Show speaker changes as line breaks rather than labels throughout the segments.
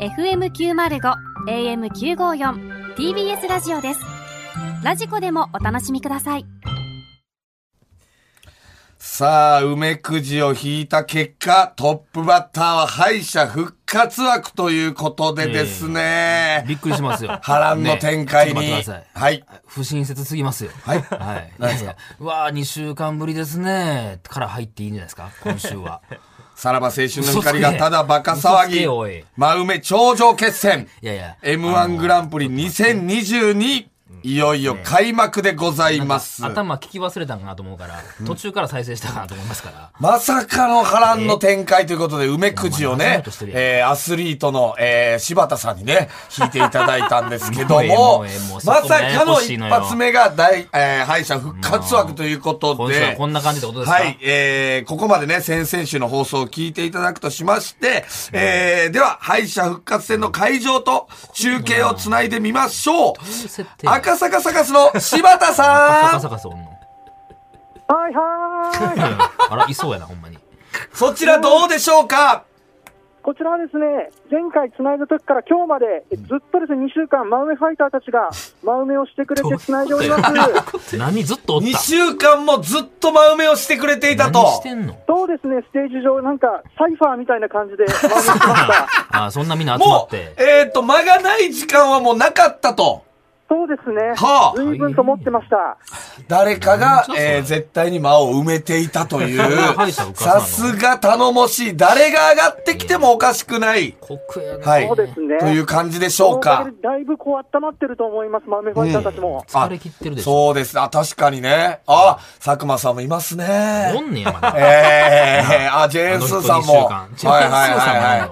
FM905 AM954 TBS ラジオですラジコでもお楽しみください
さあ、梅くじを引いた結果、トップバッターは敗者復活枠ということでですね。
びっくりしますよ。
波乱の展開に
ねちょっと待ってくださ。
はいい。
不親切すぎますよ。
はい
はい。
何ですか
ねうわあ、2週間ぶりですね。から入っていいんじゃないですか今週は。
さらば青春の光がただバカ騒
嘘つけ
ぎ
よおい。
真梅頂上決戦。
いやいや。
M1 グランプリ2022。いよいよ開幕でございます。
頭聞き忘れたんかなと思うから、途中から再生したかなと思いますから。
まさかの波乱の展開ということで、梅くじを
お前
ね
何として、るやん
えーアスリートの、えー柴田さんにね、引いていただいたんですけども
もうええもうええもう、そこ
まさ
や
か
やこ
の
し
一
いのよ
発目が大、えー敗者復活枠ということ
今週は
で、
こんな感じってことですか
はい、えー、ここまでね、先々週の放送を聞いていただくとしまして、えー、では、敗者復活戦の会場と中継をつないでみましょう。
いう設定
赤坂サカスの柴田
サ
さ
カ
ん
サカスおんの。
はいはーい。
あら、いそうやな、ほんまに。
そちらどうでしょうか
こちらはですね、前回つないだ時から今日まで、ずっとですね、2週間、真梅ファイターたちが、真梅をしてくれてつないでおります。
何ずっとおった
2週間もずっと真埋めをしてくれていた
何し
と
て。んの
そうですね、ステージ上、なんか、サイファーみたいな感じで、真梅しました。
あー、そんなみんな集ま
も
っ
う、
て。
えっ、と、間がない時間はもうなかったと。
そうですね
はあ、
随分と持ってました。
誰かが
なんじゃ、それ
えー絶対に間を埋めていたとい
敗者
う、
復活な
さ
の
すが頼もしい、誰が上がってきてもおかしくない、
濃くやな。
はい
そうですね。
という感じでしょ
その
う
おか
か
げ。でだいぶこう温まってると思います、真梅ファイターたちも。
疲れ切ってるでしょ。
そうです。あ、確かにね。あ、佐久間さんもいますね
お。んねや、まだ。
え えあ、ジェーン・スーさんも。
あの人一週間
はいはいはいはい。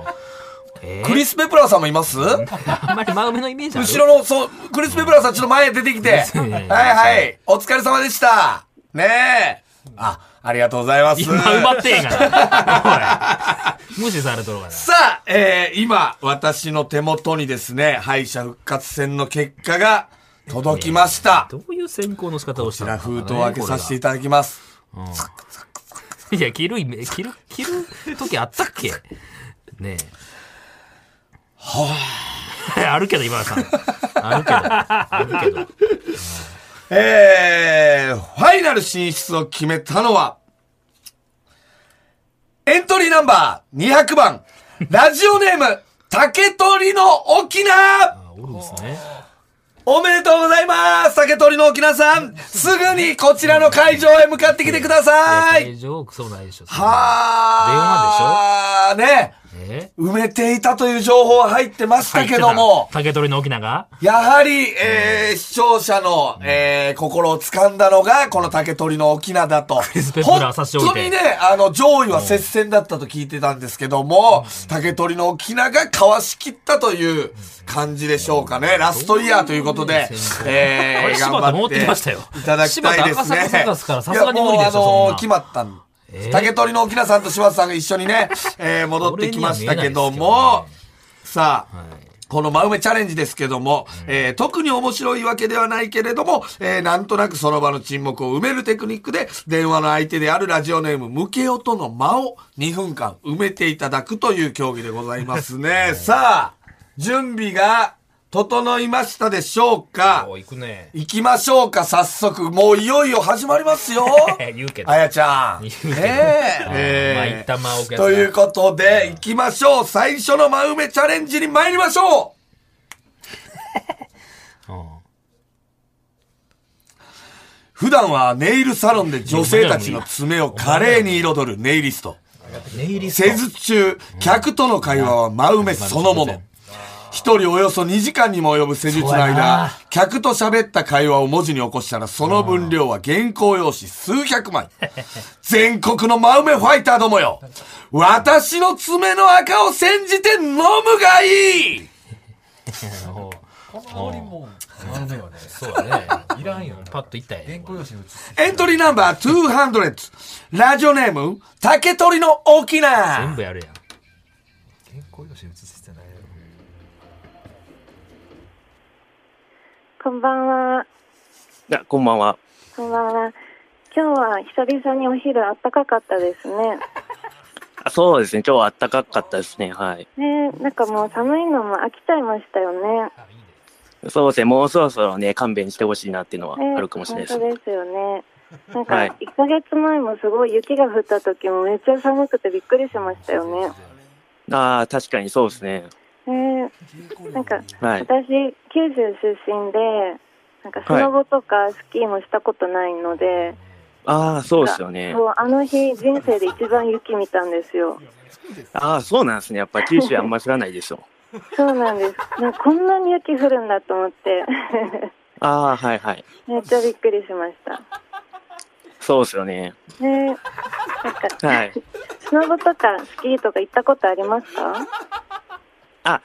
え
クリス・ペプラーさんもいます
ーあんまり真梅のイメージある
後ろの、そう、クリス・ペプラーさんちょっと前出て きて。
す
はいはい。お疲れ様でした。ねえ。あ、ありがとうございます。
今奪ってへんから。おい無視されとるから。
さあ、えー、今、私の手元にですね、敗者復活戦の結果が届きました。こ
どういう選考の仕方をし
ち
た
ら
の
封筒を開けさせていただきます。
いや、着るイメ、着る、着る時あったっけねえ。はあるけど、今田さん。あるけど。あるけど。
えー、ファイナル進出を決めたのは、エントリーナンバー200番、ラジオネーム、竹取の沖縄
あおるんですね。
おめでとうございます竹取の沖縄さんすぐにこちらの会場へ向かってきてください
会場、クソもないでしょ。
はあね
え
埋めていたという情報は入ってましたけども、
竹取の沖縄
やはり、えー、視聴者の、えー、心を掴んだのが、この竹取の沖縄だと。
リスペプラー差し置い
本
て
当にね、あの、上位は接戦だったと聞いてたんですけども、竹取の沖縄がかわしきったという感じでしょうかね。ラストイヤーということで
どういう、あ
え
れ
ー、
柴
頑
田
張
持
っ
って
て
ましたよ
いただきたいですね。
柴田赤坂サカスからさすがに無理でし
いやも
ょ
う、
そん
あの
な
決まったん
えー
竹取の沖縄さんと柴田さんが一緒にね、 えー、戻ってきましたけども、さあ、この真梅チャレンジですけども、えー特に面白いわけではないけれども、えーなんとなくその場の沈黙を埋めるテクニックで、電話の相手であるラジオネーム、ムケオとの間を2分間埋めていただくという競技でございますね。さあ、準備が整いましたでしょうか
お行くね。
行きましょうか、早速。もういよいよ始まりますよ。
言うけど
あ。やちゃん。
言うけど
ね
あー
え
まあ
ねえ
一旦間を置くやつな
ということで、行きましょう。最初の真埋めチャレンジに参りましょう。普段はネイルサロンで女性たちの爪を華麗に彩るネイリスト。
ネイリス
施術中、客との会話は真埋めそのもの。一人およそ2時間にも及ぶ施術の
そうや
間
な、
客と喋った会話を文字に起こしたら、その分量は原稿用紙数百枚。全国の真梅ファイターどもよ。私の爪の赤を煎じて飲むがいい
ト。
香りも真梅はね
そうだね。
いらんよ
パッといった
原
やん。
稿用紙に写す
エントリーナンバー200。ラジオネーム、竹取の沖
全
縄。
部やるやん。
原稿用紙に写すってないよ
こんばんは。
いや、こんばんは。
こんばんは。今日は久々にお昼あったかかったですね。
あそうですね、今日は暖かかったですね、はい。
ねなんかもう寒いのも飽きちゃいましたよね。
そうですね、もうそろそろね、勘弁してほしいなっていうのは
ね
あるかもしれないです
本
ね。
当です よね。なんか
はい
1ヶ月前もすごい雪が降った時もめっちゃ寒くてびっくりしましたよね。
ああ、確かにそうですね。
ねなんか
はい。
私、九州出身で、なんかスノボとかスキーもしたことないので、
ああ、そうですよね。
そうあの日人生で一番雪見たんですよ。
ああ、そうなんですね。やっぱ九州あんま降らないでしょ。
そうなんです。ね、こんなに雪降るんだと思って、
ああ、はいはい。
めっちゃびっくりしました。
そうですよね。
ねなんか、
はい。
スノボとかスキーとか行ったことありますか
あ、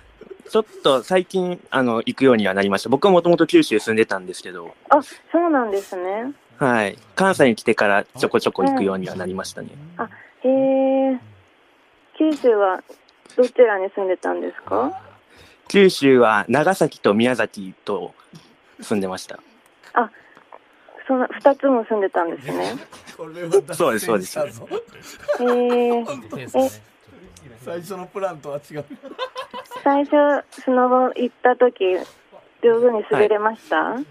ちょっと最近、あの、行くようにはなりました。僕はもともと九州住んでたんですけど、
あ、そうなんですね。
はい。関西に来てからちょこちょこ行くようにはなりましたね。
へえ。九州はどちらに住んでたんですか
九州は長崎と宮崎と住んでました。
その二つも住んでたんですね。
これは脱
そうですそうです
線したぞ
へえ。
最初のプランとは違う。
最初スノボ行った時上手に滑れました、
い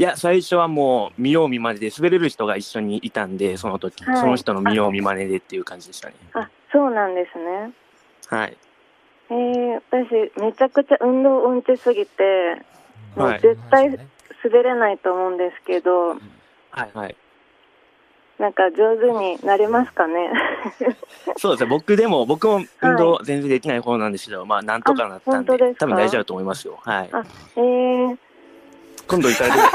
や、最初はもう見よう見まねで、滑れる人が一緒にいたんで、その時、
はい
その人の見よう見まねでっていう感じでしたね。
あ、そうなんですね。
はい。
えー、私めちゃくちゃ運動音痴すぎてもう
はい
絶対滑れないと思うんですけど、
はいはい。
なんか上手になりますかね
そうですね、僕でも、僕も運動全然できない方なんですけど、まあ、なんとかなったん
あ本当です
で、
か
多分大丈夫だと思いますよ。はい。
あえー、
今度行 かれて
さ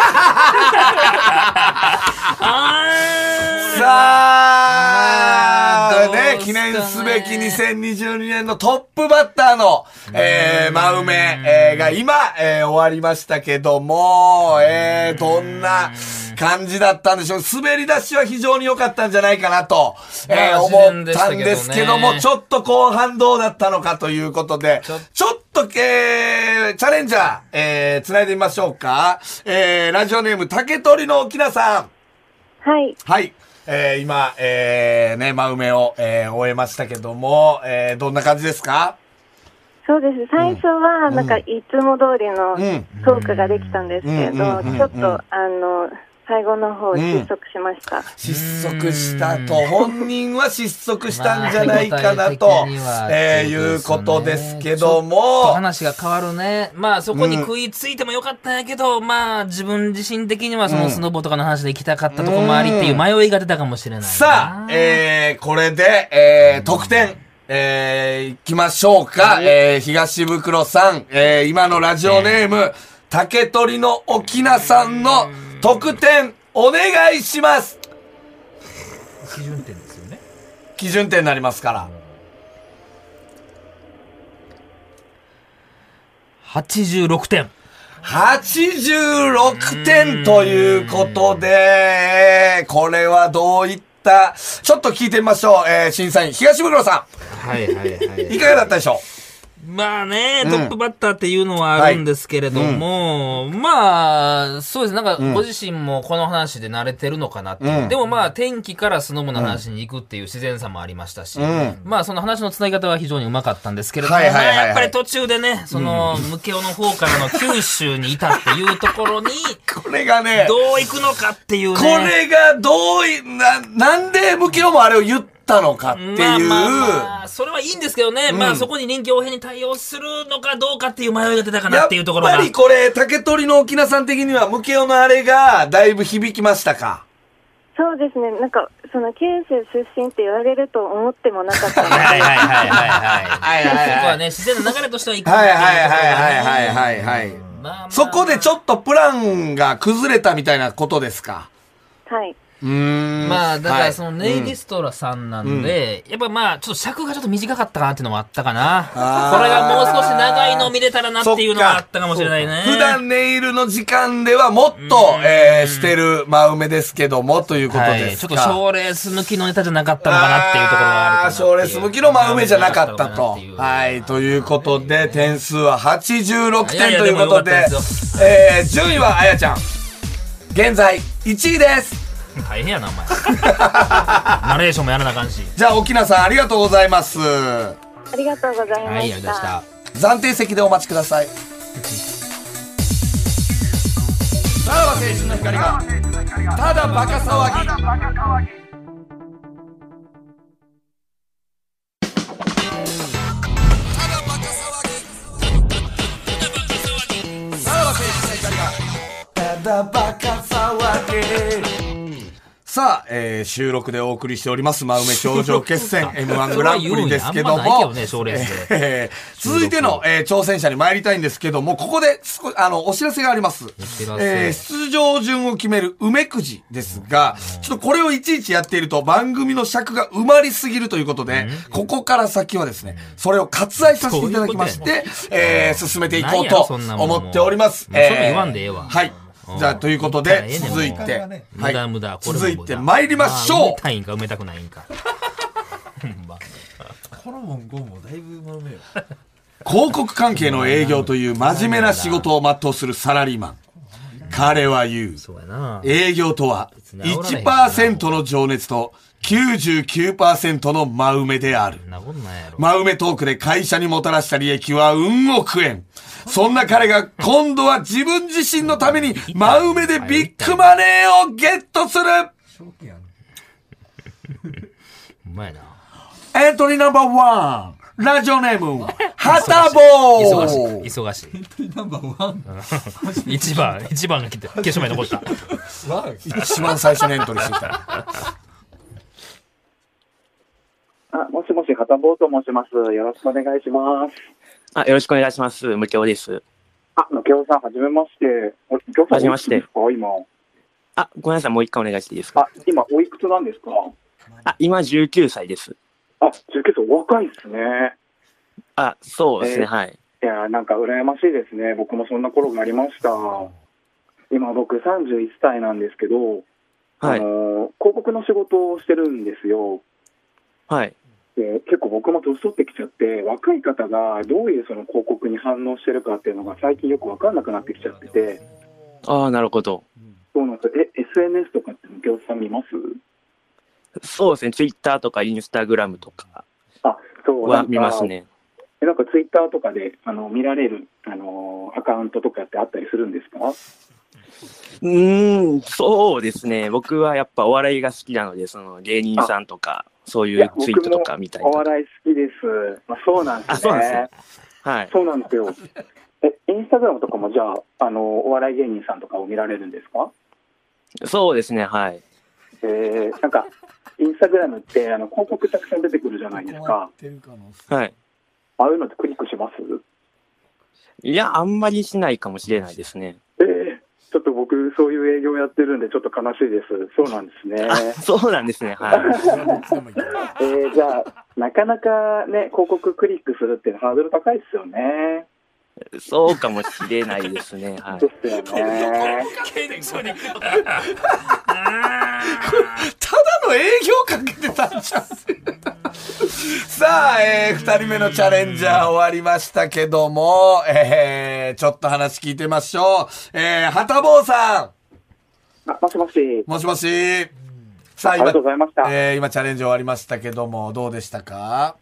あー
あ
ど、う
ね、
すかね
記念すべき2022年のトップバッターの、えー、真梅、えーが今、えー終わりましたけども、えー、どんな感じだったんでしょう。滑り出しは非常に良かったんじゃないかなと、えー
まあ
思ったんですけども、
自然でしたけどね
ちょっと後半どうだったのかということで、ち
ち
ょ
ょ
っと、えー、チャレンジャー、えー、繋いでみましょうか。えー、ラジオネーム、竹取のきなさん。
はい
はい。えー、今、えー、ね、真梅を、えー、終えましたけども、えー、どんな感じですか
そうです最初はなんかいつも通りの
ん
トークができたんですけど、
うんうんうんうん
ちょっとあの最後の方
ん
失速しました、
失速したと、本人は失速したんじゃないかなと、
まあ具体的には
えー
って
いうことですけども、
ちょっと話が変わるね。まあそこに食いついてもよかったんやけど、まあ自分自身的にはそのスノボとかの話で行きたかったとこもありっていう迷いが出たかもしれないな。
さあ、えー、これで、えー、得点、えー、いきましょうか。えー、東袋さん、えー、今のラジオネーム、竹取の沖縄さんの得点、お願いします。
基準点ですよね。
基準点になりますから。
86点。
86点ということで、これはどういった、ちょっと聞いてみましょう。えー、審査員、東袋さ
はいはいはい
ん、いかがだったでしょ
まあね、トップバッターっていうのはあるんですけれども、まあ、そうです。なんか、ご自身もこの話で慣れてるのかなっていう。でもまあ、天気からスノボの話に行くっていう自然さもありましたし、まあ、その話の繋ぎ方は非常にうまかったんですけれども、
は
まあ
いはいはいはい
やっぱり途中でね、その、ムケオの方からの九州にいたっていうところに、
うこれがね、
どう行くのかっていうね。
これがどうい、な、なんで向きもあれを言ったのかっていう、
まあまあまあ、それはいいんですけどね、まあそこに臨機応変に対応するのかどうかっていう迷いが出たかなっていうところ
やっ
が
ぱ。りこれ、竹取の沖縄さん的には、向けのあれが、だいぶ響きましたか。
そうですねなんかその九州出身って言われると思ってもなかったので
はいはいはいはいはい。
はいはい
そこ
は。
はいね、自然の流れとしてはいく
はいはいはいはいはいはい。そこでち
ょっ
ょっとプランが崩れたみたいなことですか。
はい、
うーん。
まあ、だか
は
ら
い
そのネイリストラさんなんで、やっぱまあ、ちょっと尺がちょっと短かったかなっていうのもあったかな。
あー
これがもう少し長いのを見れたらなっていうのはあったかもしれないね。
普段ネイルの時間ではもっと、えー、してる真梅ですけども、ということ
は
で
い、ちょ
す
っ
か。
と賞レース向きのネタじゃなかったのかなっていうところはあるかなっていう。
賞レース向きの真梅じゃなかったと
ってい。う
はい。ということで、点数は86
いや
点
いや
ということ
でも
で
よかったで、
えー、順位はあやちゃん。現在、1位です。
大変やな、お前。ナレーションもやらなあかんし。
じゃあ、沖縄さん、ありがとうございます。
ありがとうございま
はい、やり
し。
ましたた。
暫定席でお待ちください。さらば青春の光が、ただバカ騒ぎ。さあ、えー収録でお送りしております、真梅頂上決戦 M1 グランプリですけども、
それは言うんやあんまないけどね賞レースで
えー続いての、えー挑戦者に参りたいんですけども、ここで少し、あの、お知らせがあります。
知らせ
えー出場順を決める梅くじですが、ちょっとこれをいちいちやっていると番組の尺が埋まりすぎるということで、ここから先はですね、それを割愛させていただきまし
そうい
て、えー進めていこ
なん
う
や
と
ろそんなもんもう
思っております。
もうそれも言わんでええわ
はい。じゃあ、ということで、
うん
続いて、は
無駄
い
無駄、これも無
続
駄
いて参りましょう
あ埋めたいんか埋めたくないんか。ほんま。
このもんゴンもだいぶ丸めよ。
広告関係の営業という真面目な仕事を全うするサラリーマン。彼は言う。
そうやな。
営業とは
に煽られへんからな
1%の情熱と99%の真埋めである
そ。んなことないやろ。
真埋めトークで会社にもたらした利益はうん億円。そんな彼が今度は自分自身のために真埋めでビッグマネーをゲットする
正気やん。
うまいな。
エントリーナンバーワンラジオネー ム、はた
忙し
ぼ
い。忙しい。
ナンバーワン。
一番、一番が来て、決勝まで残った。
ワン。
一番最初にエントリーしてきた。
あ、もしもし、はたぼうと申します。よろしくお願いします。
あ、よろしくお願いします。無教です。
あ、のけおさん、はじめまして。おのけおさん、
はじめまして
おいくつですか今。
あ、ごめんなさい。もう一回お願いしていいですか
あ、今、おいくつなんですか
あ、今19歳です。
あ、19歳、お若いですね。
あ、そうですね。
えー
はい。
いやー、なんか、羨ましいですね。僕もそんな頃がありました。今、僕、31歳なんですけど、
は
あ
い。
のー広告の仕事をしてるんですよ。
はい。
で結構僕も年取ってきちゃって若い方がどういうその広告に反応してるかっていうのが最近よく分かんなくなってきちゃってて
ああ、なるほど。
そうなんですよえ SNS とかって右京さん見ます
そうですね。ツイッターとかインスタグラムとか
あそうな
は
んか
見ますね。
えなんかツイッターとかであの見られる、あのーアカウントとかってあったりするんですか
うーん、そうですね。僕はやっぱお笑いが好きなので、その芸人さんとか、そう
い
いうツイートとか見たり
お
とか。
笑い好きです。まあ、そうなんで
あ、
す
そうなんです
ね
ね。。はい。
そうなんですよ。え、インスタグラムとかもじゃあ、あのーお笑い芸人さんとかを見られるんですか
そうですね。はい。
えー、なんか、インスタグラムってあの広告たくさん出てくるじゃないですか。
はい。
ああいうのってクリックします
いや、あんまりしないかもしれないですね。
ええちょっと僕、そういう営業やってるんで、ちょっと悲しいです。そうなんで すね。
そうなんですね。はい。
えーじゃあ、なかなかね、広告クリックするってハードル高いですよね。
そうかもしれないですね。はい。
ですよね。
ただの営業かけてたんじゃん。さあ、えー、二人目のチャレンジャー終わりましたけども、えー、ちょっと話聞いてみましょう。えー、はたぼうさ
あ、もしもし。
ん、もしもし。さあ、
ありがとうございました。
えー、今チャレンジ終わりましたけども、どうでしたか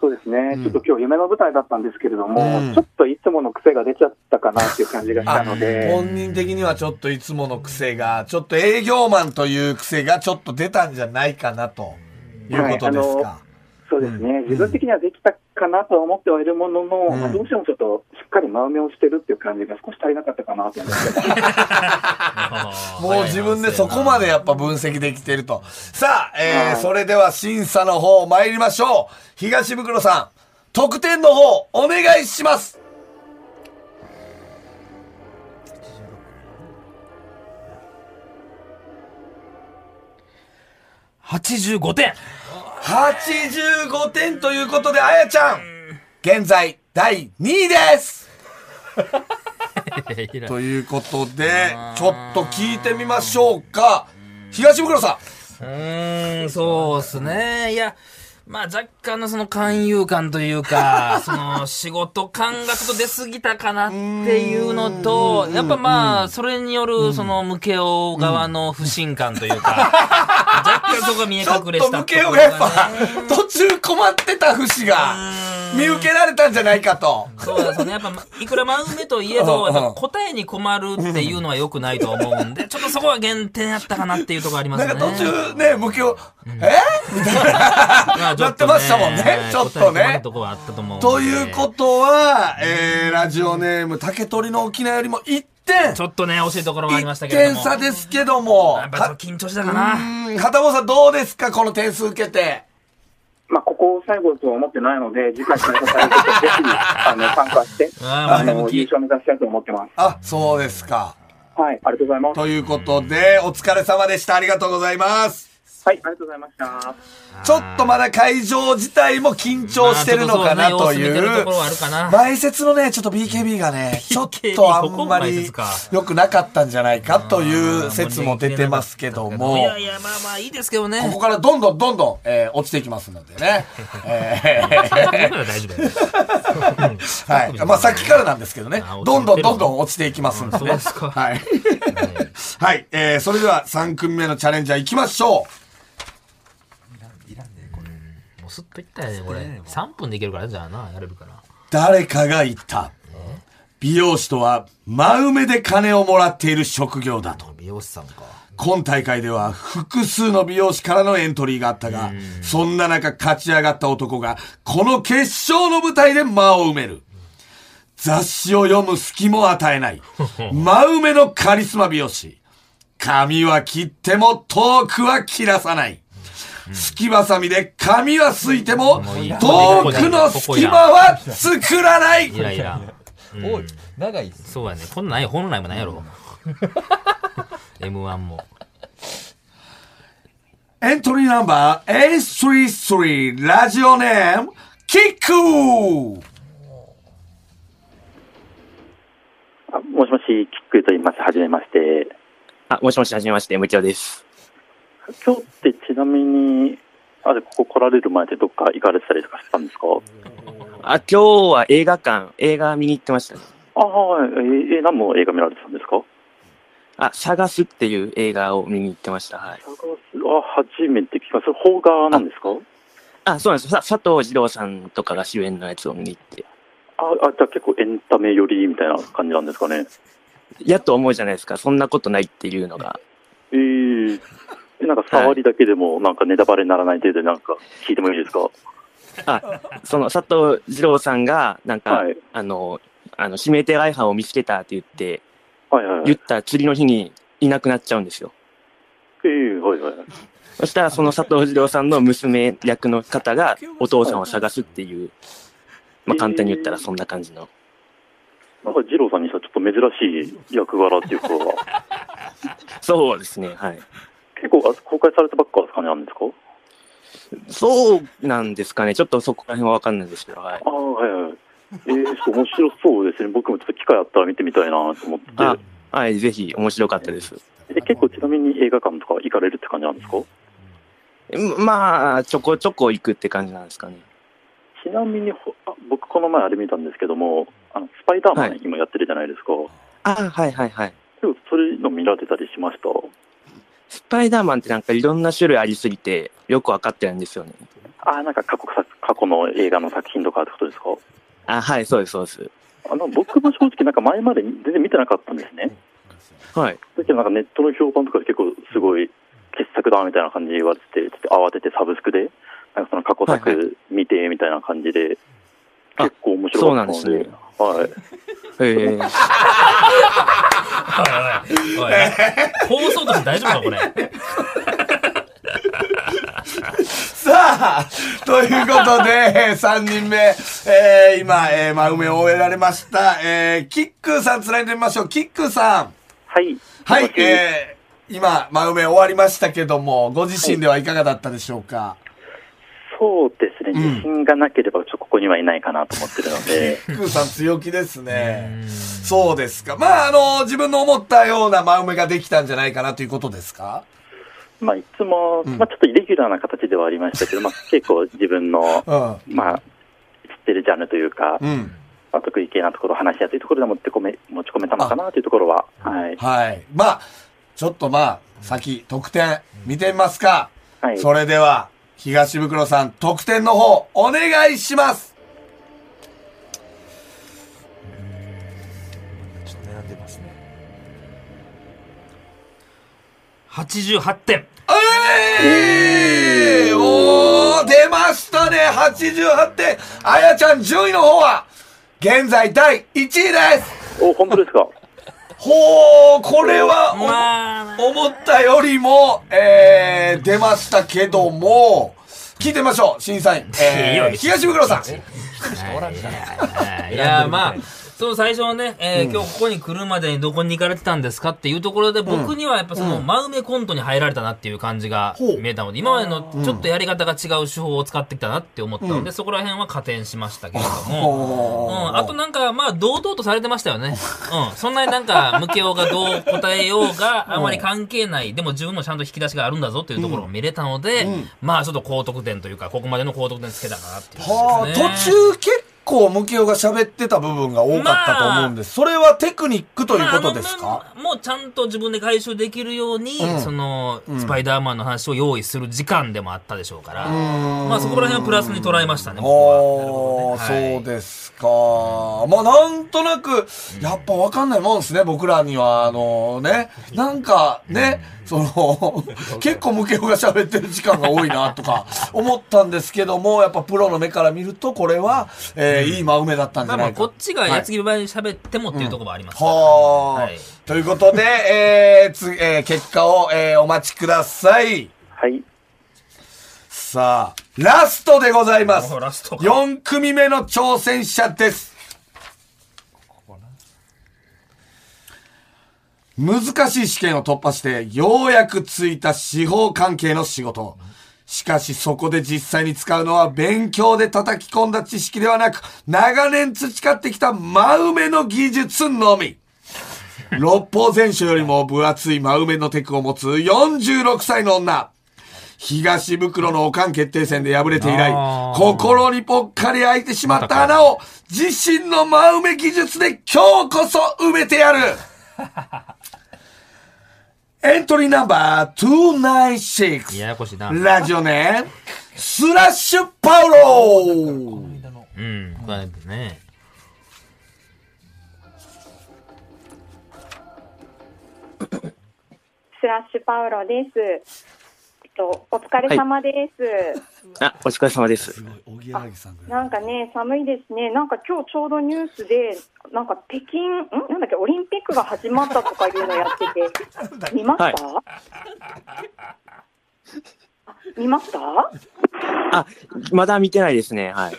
そうですね、ちょっと今日夢の舞台だったんですけれども、
うん
ちょっといつもの癖が出ちゃったかなっていう感じがしたので、
本人的にはちょっといつもの癖が、ちょっと営業マンという癖がちょっと出たんじゃないかなということです
はいあ
か
の。そうですね、自分的にはできたかなとは思ってはいるものの、
ん
まあどうしてもちょっとしっかり真埋めをしてるっていう感じが少し足りなかったかなと思っ
も
て、
う自分でそこまでやっぱ分析できてると。さあ、えーそれでは審査の方参りましょう。東袋さん、得点の方お願いします。
85点
85点ということで、あやちゃん、現在第2位です。 ということで、ちょっと聞いてみましょうか。東袋さん。
うーん、そうっすね。いや、まあ若干のその勧誘感とい うか、その仕事感がちょっと出過ぎたかなっていうのと、やっぱまあ、それによるその向けお側の不信感というか、若干そこが見え
ちょっ
隠れし
と
た
向
と
け
ころ
よ
が
う
ね
がやっぱ、途中困ってた節が、見受けられたんじゃないかと。
そうですね。やっぱ、いくら真梅といえど、やっぱ答えに困るっていうのは良くないと思うん で、ちょっとそこは減点やったかなっていうところあります
なん
ね。
か途中ね、向けよう、え
まあちょ
やってましたもんねちょっとね
答えに困るとこはあったと思うんで
ということは、えー、ラジオネーム、竹取の沖縄よりも1点
ち、ょっとね、惜しいところはありました
1
けれ
点
ども。
差ですけども、
やっぱちょっと緊張したかな。
うん、片方さんどうですかこの点数受けて。
まあ、ここを最後とは思ってないので、次回参加される方、ぜひ、あの、参加して、
あー
あ
前向
の、
き
優勝目指したいと思ってます。
あ、そうですか。
はい、ありがとうございます。
ということで、お疲れ様でした。ありがとうございます。
はい、ありがとうございました。
ちょっとまだ会場自体も緊張してるのかなとい
まあちょっとそうね様子見てると
う
ころはあるかな。
前説のね、ちょっと BKB が ね、ちょっ
BKB
とあんま
ここ前
り
説か
良くなかったんじゃないかという説も出てますけど
い
も、
やいや、まあまあいいですけどね。
ここからどんどんどんどん、えー落ちていきますのでね。え
僕らは大丈夫やね
ーはい。まあさっきからなんですけどね
あ、
ど
落
ん
ちて
どん
ってるの
どんどん落ちていきますんで
あ
ね。
そうですか
はい。はい。えーそれでは3組目のチャレンジャー行きましょう。
もうすっといったよね、これ。3分でいけるから、じゃあな、やれるから。
誰かが言った。美容師とは真埋めで金をもらっている職業だと。
美容師さんか。
今大会では複数の美容師からのエントリーがあったが、そんな中勝ち上がった男が、この決勝の舞台で間を埋める。雑誌を読む隙も与えない。真埋めのカリスマ美容師。髪は切っても遠くは切らさない。隙ばさみで髪はすいても
もういい
遠くの隙間は作らない
イライラ。
おい、長いっ す。
そうやね。こんなんや本来もないやろ。M1 も。
エントリーナンバー833ラジオネームキック
あもしもし、キックと言います。はじめまして。
あ、もしもし、はじめまして、むちおです。
今日ってちなみに、あれ、ここ来られる前でどっか行かれてたりとかしたんですか
あ、今日は映画館、映画見に行ってましたね。
ああ、えーえー、何の映画見られてたんですか
あ、探すっていう映画を見に行ってました。はい。
探すあ、初めて聞きます。それ邦画なんですか
あ、そうなんです。さ佐藤二郎さんとかが主演のやつを見に行って。
ああ、じゃあ結構エンタメ寄りみたいな感じなんですかね。
やっと思うじゃないですか。そんなことないっていうのが。
えー、えなんか触りだけでも、なんかネタバレにならない程度になんか聞いてもいいですか
あ、その佐藤二郎さんが、なんか、
はい
あの、あの、指名手配犯を見つけたって言って、
はいはいはい。
言った釣りの日にいなくなっちゃうんですよ。
えー、はいはい。
そしたら、その佐藤二郎さんの娘役の方が、お父さんを探すっていう、まあ、簡単に言ったらそんな感じの。
なんか二郎さんにしたらちょっと珍しい役柄っていうか、
そうですね、はい。
結構あ公開されたばっかですかね、なんですか
そうなんですかね。ちょっとそこら辺はわかんないですけど、はい。
ああ、はいはい。えー、ちょっと面白そうですね。僕もちょっと機会あったら見てみたいなと思って。
あ、はい、ぜひ面白かったです。
え結構ちなみに映画館とか行かれるって感じなんですか
んまあ、ちょこちょこ行くって感じなんですかね。
ちなみにほあ、僕この前あれ見たんですけども、あのスパイダーマン、
はい
今やってるじゃないですか。
あ、はいはいはい。
でもそれの見られたりしました。
スパイダーマンってなんかいろんな種類ありすぎて、よくわかってないんですよね。
ああ、なんか過去作過去の映画の作品とかってことですか
あ、はい、そうです、そうです。
あの僕も正直なんか前まで全然見てなかったんですね。
はい。
だけどなんかネットの評判とかで結構すごい傑作だみたいな感じで言われてて、ちょっと慌ててサブスクで、なんかその過去
はいは
作見てみたいな感じで、
あ
結構面白かったの
そうなんで
で、
すね
はい。
へえ。
おいおい、放送として大丈夫か、これ。
さあ、ということで、3人目、 えー、今、えー、真梅を終えられました。えー、キックーさん繋いでみましょう。キックーさん。
はい。
はい
も、し
えー、今、真梅終わりましたけども、ご自身ではいかがだったでしょうか、
そうですね、
うん
自信がなければ、ちょっとここにはいないかなと思ってるので、
キックーさん強気ですね。そうですか。まあ、あの、自分の思ったような真梅ができたんじゃないかなということですか
まあ、いつも、まあ、ちょっとイレギュラーな形ではありましたけど、まあ、結構自分 の、まあ、知ってるジャンルというか、
うん
まあ、得意系なところ、話しやすいところで持ってこめ持ち込めたのかなというところは、はい。
はい。まあ、ちょっとまあ、先、得点、見てみますか。
はい
それでは、東袋さん、得点の方、お願いします。
ちょっと悩んでますね。88点。
えー、おー、出ましたね、88点。あやちゃん、順位の方は、現在第1位です。
お、本当ですか
ほー、これは、お
まあ、
思ったよりも、えー、出ましたけども、聞いてみましょう、審査員。
いい
え
よ
ー、東袋さん。
いやまあ、その最初のね、えー今日ここに来るまでにどこに行かれてたんですかっていうところで、僕にはやっぱその真埋めコントに入られたなっていう感じが見えたので、今までのちょっとやり方が違う手法を使ってきたなって思ったので、そこら辺は加点しましたけれども、うん、あとなんかまあ堂々とされてました よね。うん、そんなになんか、ムケオがどう答えようがあまり関係ない、でも自分もちゃんと引き出しがあるんだぞっていうところを見れたので、まあちょっと高得点というか、ここまでの高得点つけたかなっていう
はあ、
感じ
途
ですね。
中結構、ムキオが喋ってた部分が多かったと思うんです。それはテクニックということです
まあ
か
あのもうちゃんと自分で回収できるように、
うん
その、スパイダーマンの話を用意する時間でもあったでしょうから、
ま
まあそこら辺はプラスに捉えましたね、僕
お
は。
ー、
なるほどね
そうですか。まあなんとなく、やっぱわかんないもんですね、僕らには。あのね、なんかね、そ の、結構ムケオが喋ってる時間が多いなとか思ったんですけども、やっぱプロの目から見ると、これは、えーいい真埋めだったんじゃ
まあま
な
あ
い
こ
か
っ。ちがやつぎ場に喋ってもっていうところもありますから。
はあ、
はい
ということで、えーつ、えー結果を、えーお待ちください。
はい。
さあ、ラストでございます
お。ラストか
4組目の挑戦者です。難しい試験を突破して、ようやくついた司法関係の仕事。しかしそこで実際に使うのは勉強で叩き込んだ知識ではなく、長年培ってきた真埋めの技術のみ。六方全書よりも分厚い真埋めのテクを持つ46歳の女。東袋のおかん決定戦で敗れて以来
あ、ー
心にぽっかり開いてしまった穴を、自身の真埋め技術で今日こそ埋めてやるエントリーナンバー296。
ややこしいな。
ラジオネーム、スラッシュパウロ
うん。これね。
スラッシュパウロです。えっと、お疲れ様です。
あ、お疲れ様です。
なんかね、寒いですね。なんか今日ちょうどニュースで、なんか北京、んなんだっけ、オリンピックが始まったとかいうのやってて、見ました、
は
あ見ました
あ、まだ見てないですね。はい。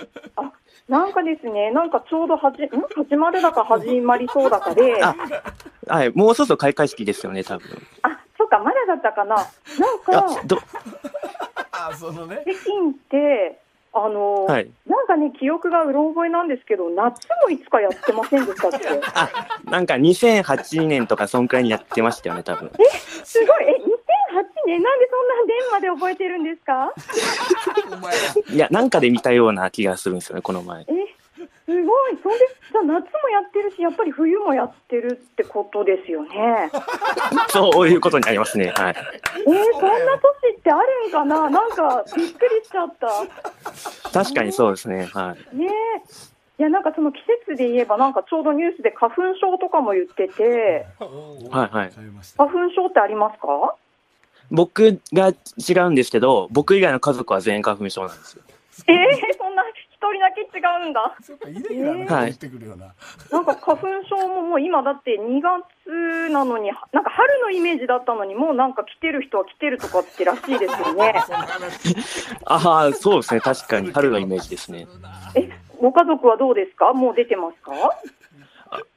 なんかですね、なんかちょうどはじ、ん始まるだか始まりそうだかで、
あ、はい。もうそろそろ開会式ですよね、多分。
あ、そっか、まだだったかな。なんか
あ、、ど、
あ、そのね。
北京って、あのー
はい
なんかね、記憶がうろ覚えなんですけど、夏もいつかやってませんでしたって。
あ、なんか2008年とかそんくらいにやってましたよね、多分。
すごい、え、2008年、なんでそんな年まで覚えてるんですか
いや、なんかで見たような気がするんですよね、この前。
え、すごい、そんで、じゃあ夏もやってるし、やっぱり冬もやってるってことで すよね。え
そういうことになりますね。はい。
そんな年ってあるんかななんか、びっくりしちゃった。
確かにそうですね。はい。
ねえ。いや、なんかその季節で言えば、なんかちょうどニュースで花粉症とかも言って て、
はいはい。
花粉症ってありますか
僕が違うんですけど、僕以外の家族は全員花粉症なんですよ。
ええそんな一人だけ違うんだ。
はい。
なんか花粉症ももう今だって2月なのに、なんか春のイメージだったのに、もうなんか来てる人は来てるとかってらしいですよね。
ああ、そうですね。確かに春のイメージですね。
え、ご家族はどうですかもう出てますか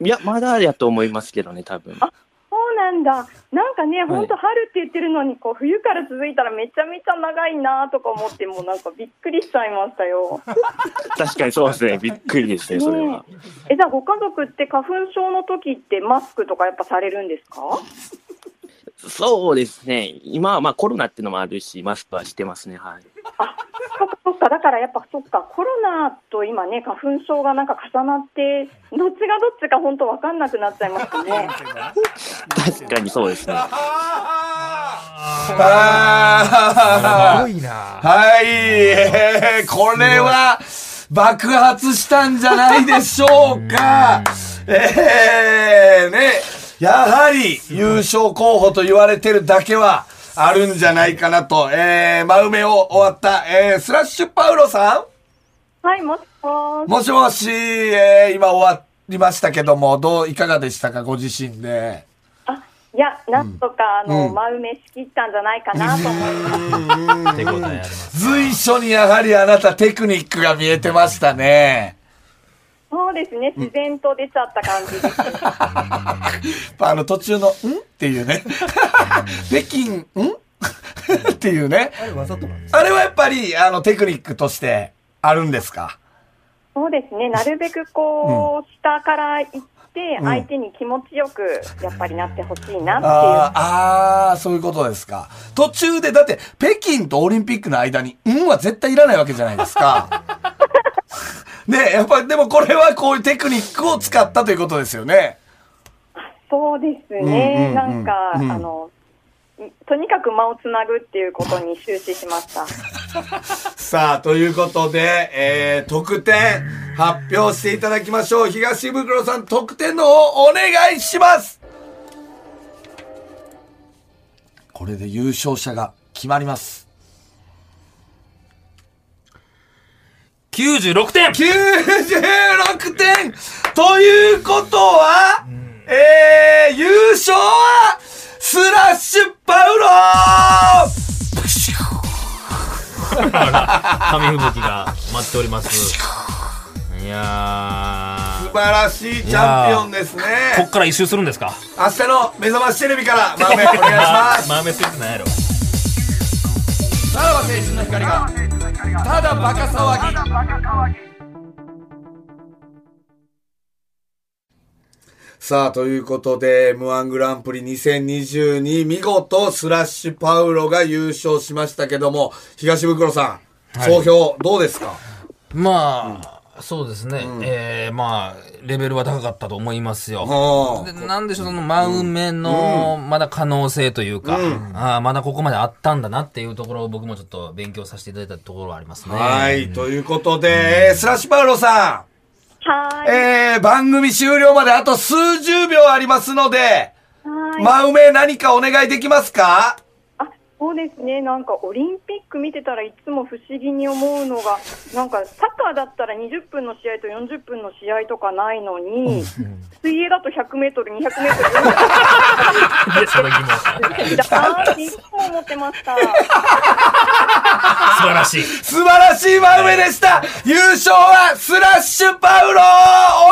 いや、まだやと思いますけどね、多分。
そうなんだ。なんかね、
い
本当春って言ってるのに、こう冬から続いたらめちゃめちゃ長いなとか思 って、もうなんかびっくりしちゃいましたよ。
確かにそうですね。びっくりですね、それは。
ねええ、じゃあご家族って花粉症の時ってマスクとかやっぱされるんですか
そうですね。今はまあコロナっていうのもあるし、マスクはしてますね。はい。
そっかそっか、だからやっぱそっか、コロナと今ね、花粉症がなんか重なって、どっちがどっちか本当わかんなくなっちゃいますね。
確かにそうですね。
あー
すごいな
はい、えーこれは爆発したんじゃないでしょうか。えー、ね、やはり優勝候補と言われてるだけは、あるんじゃないかなと。えー、真埋めを終わった、えー、スラッシュパウロさ
はい、もしも
んもしもし、えー、今終わりましたけども、どう、いかがでしたか、ご自身で。
いや、なんとか、あの、
うん
真埋めしきったんじゃないかなと思います。
随所にやはりあなたテクニックが見えてましたね。
そうですね、自然と出ちゃった感じです。
あの途中の、んっていうね。北京、んっていうね。あれわざとあれはやっぱり、あの、テクニックとしてあるんですか
そうですね、なるべくこう、下から行って、
うん
相手に気持ちよく、やっぱりなってほしいなっていう。
あーあー、そういうことですか。途中で、だって、北京とオリンピックの間に、んは絶対いらないわけじゃないです か。ねえやっぱり、でもこれはこういうテクニックを使ったということですよね。
そうです
うんうんう
ね、
ん
なんか、
うん
あの、とにかく間をつなぐっていうことに終始し ました。
さあ、ということで、えー、得点発表していただきましょう。東袋さん、得点の方お願いしますこれで優勝者が決まります。
96点
!96 点ということは、えー、優勝は、スラッシュパウロープシュー
紙吹雪が待っております。いや
素晴らしいチャンピオンですね。
ー、こっから一周するんですか
明日の目覚ましテレビから、マーメイお願いします。
マーメスイーツなんやろ。
さらば青春の光がただバカ騒ぎさあということで m 1グランプリ2022見事スラッシュパウロが優勝しましたけども東袋さん
はい
総評どうですか、
まあ、そうですね、えーまあ、レベルは高かったと思います
うん。
よでなんでしょう、その真埋めの、まだ可能性というか、あーまだここまであったんだなっていうところを僕もちょっと勉強させていただいたところはありますね。
はい、ということで、えースラッシュパウロさ
は
ん、えー、番組終了まであと数十秒ありますので、
ーい。はーい。
真梅何かお願いできますか
そうですね、なんかオリンピック見てたらいつも不思議に思うのが、なんかサッカーだったら20分の試合と40分の試合とかないのに、水泳だと100メートル、200メートル、
でその疑問
だなっていつも思ってました。
素晴らしい。
素晴らしい真上でした優勝はスラッシュパウロお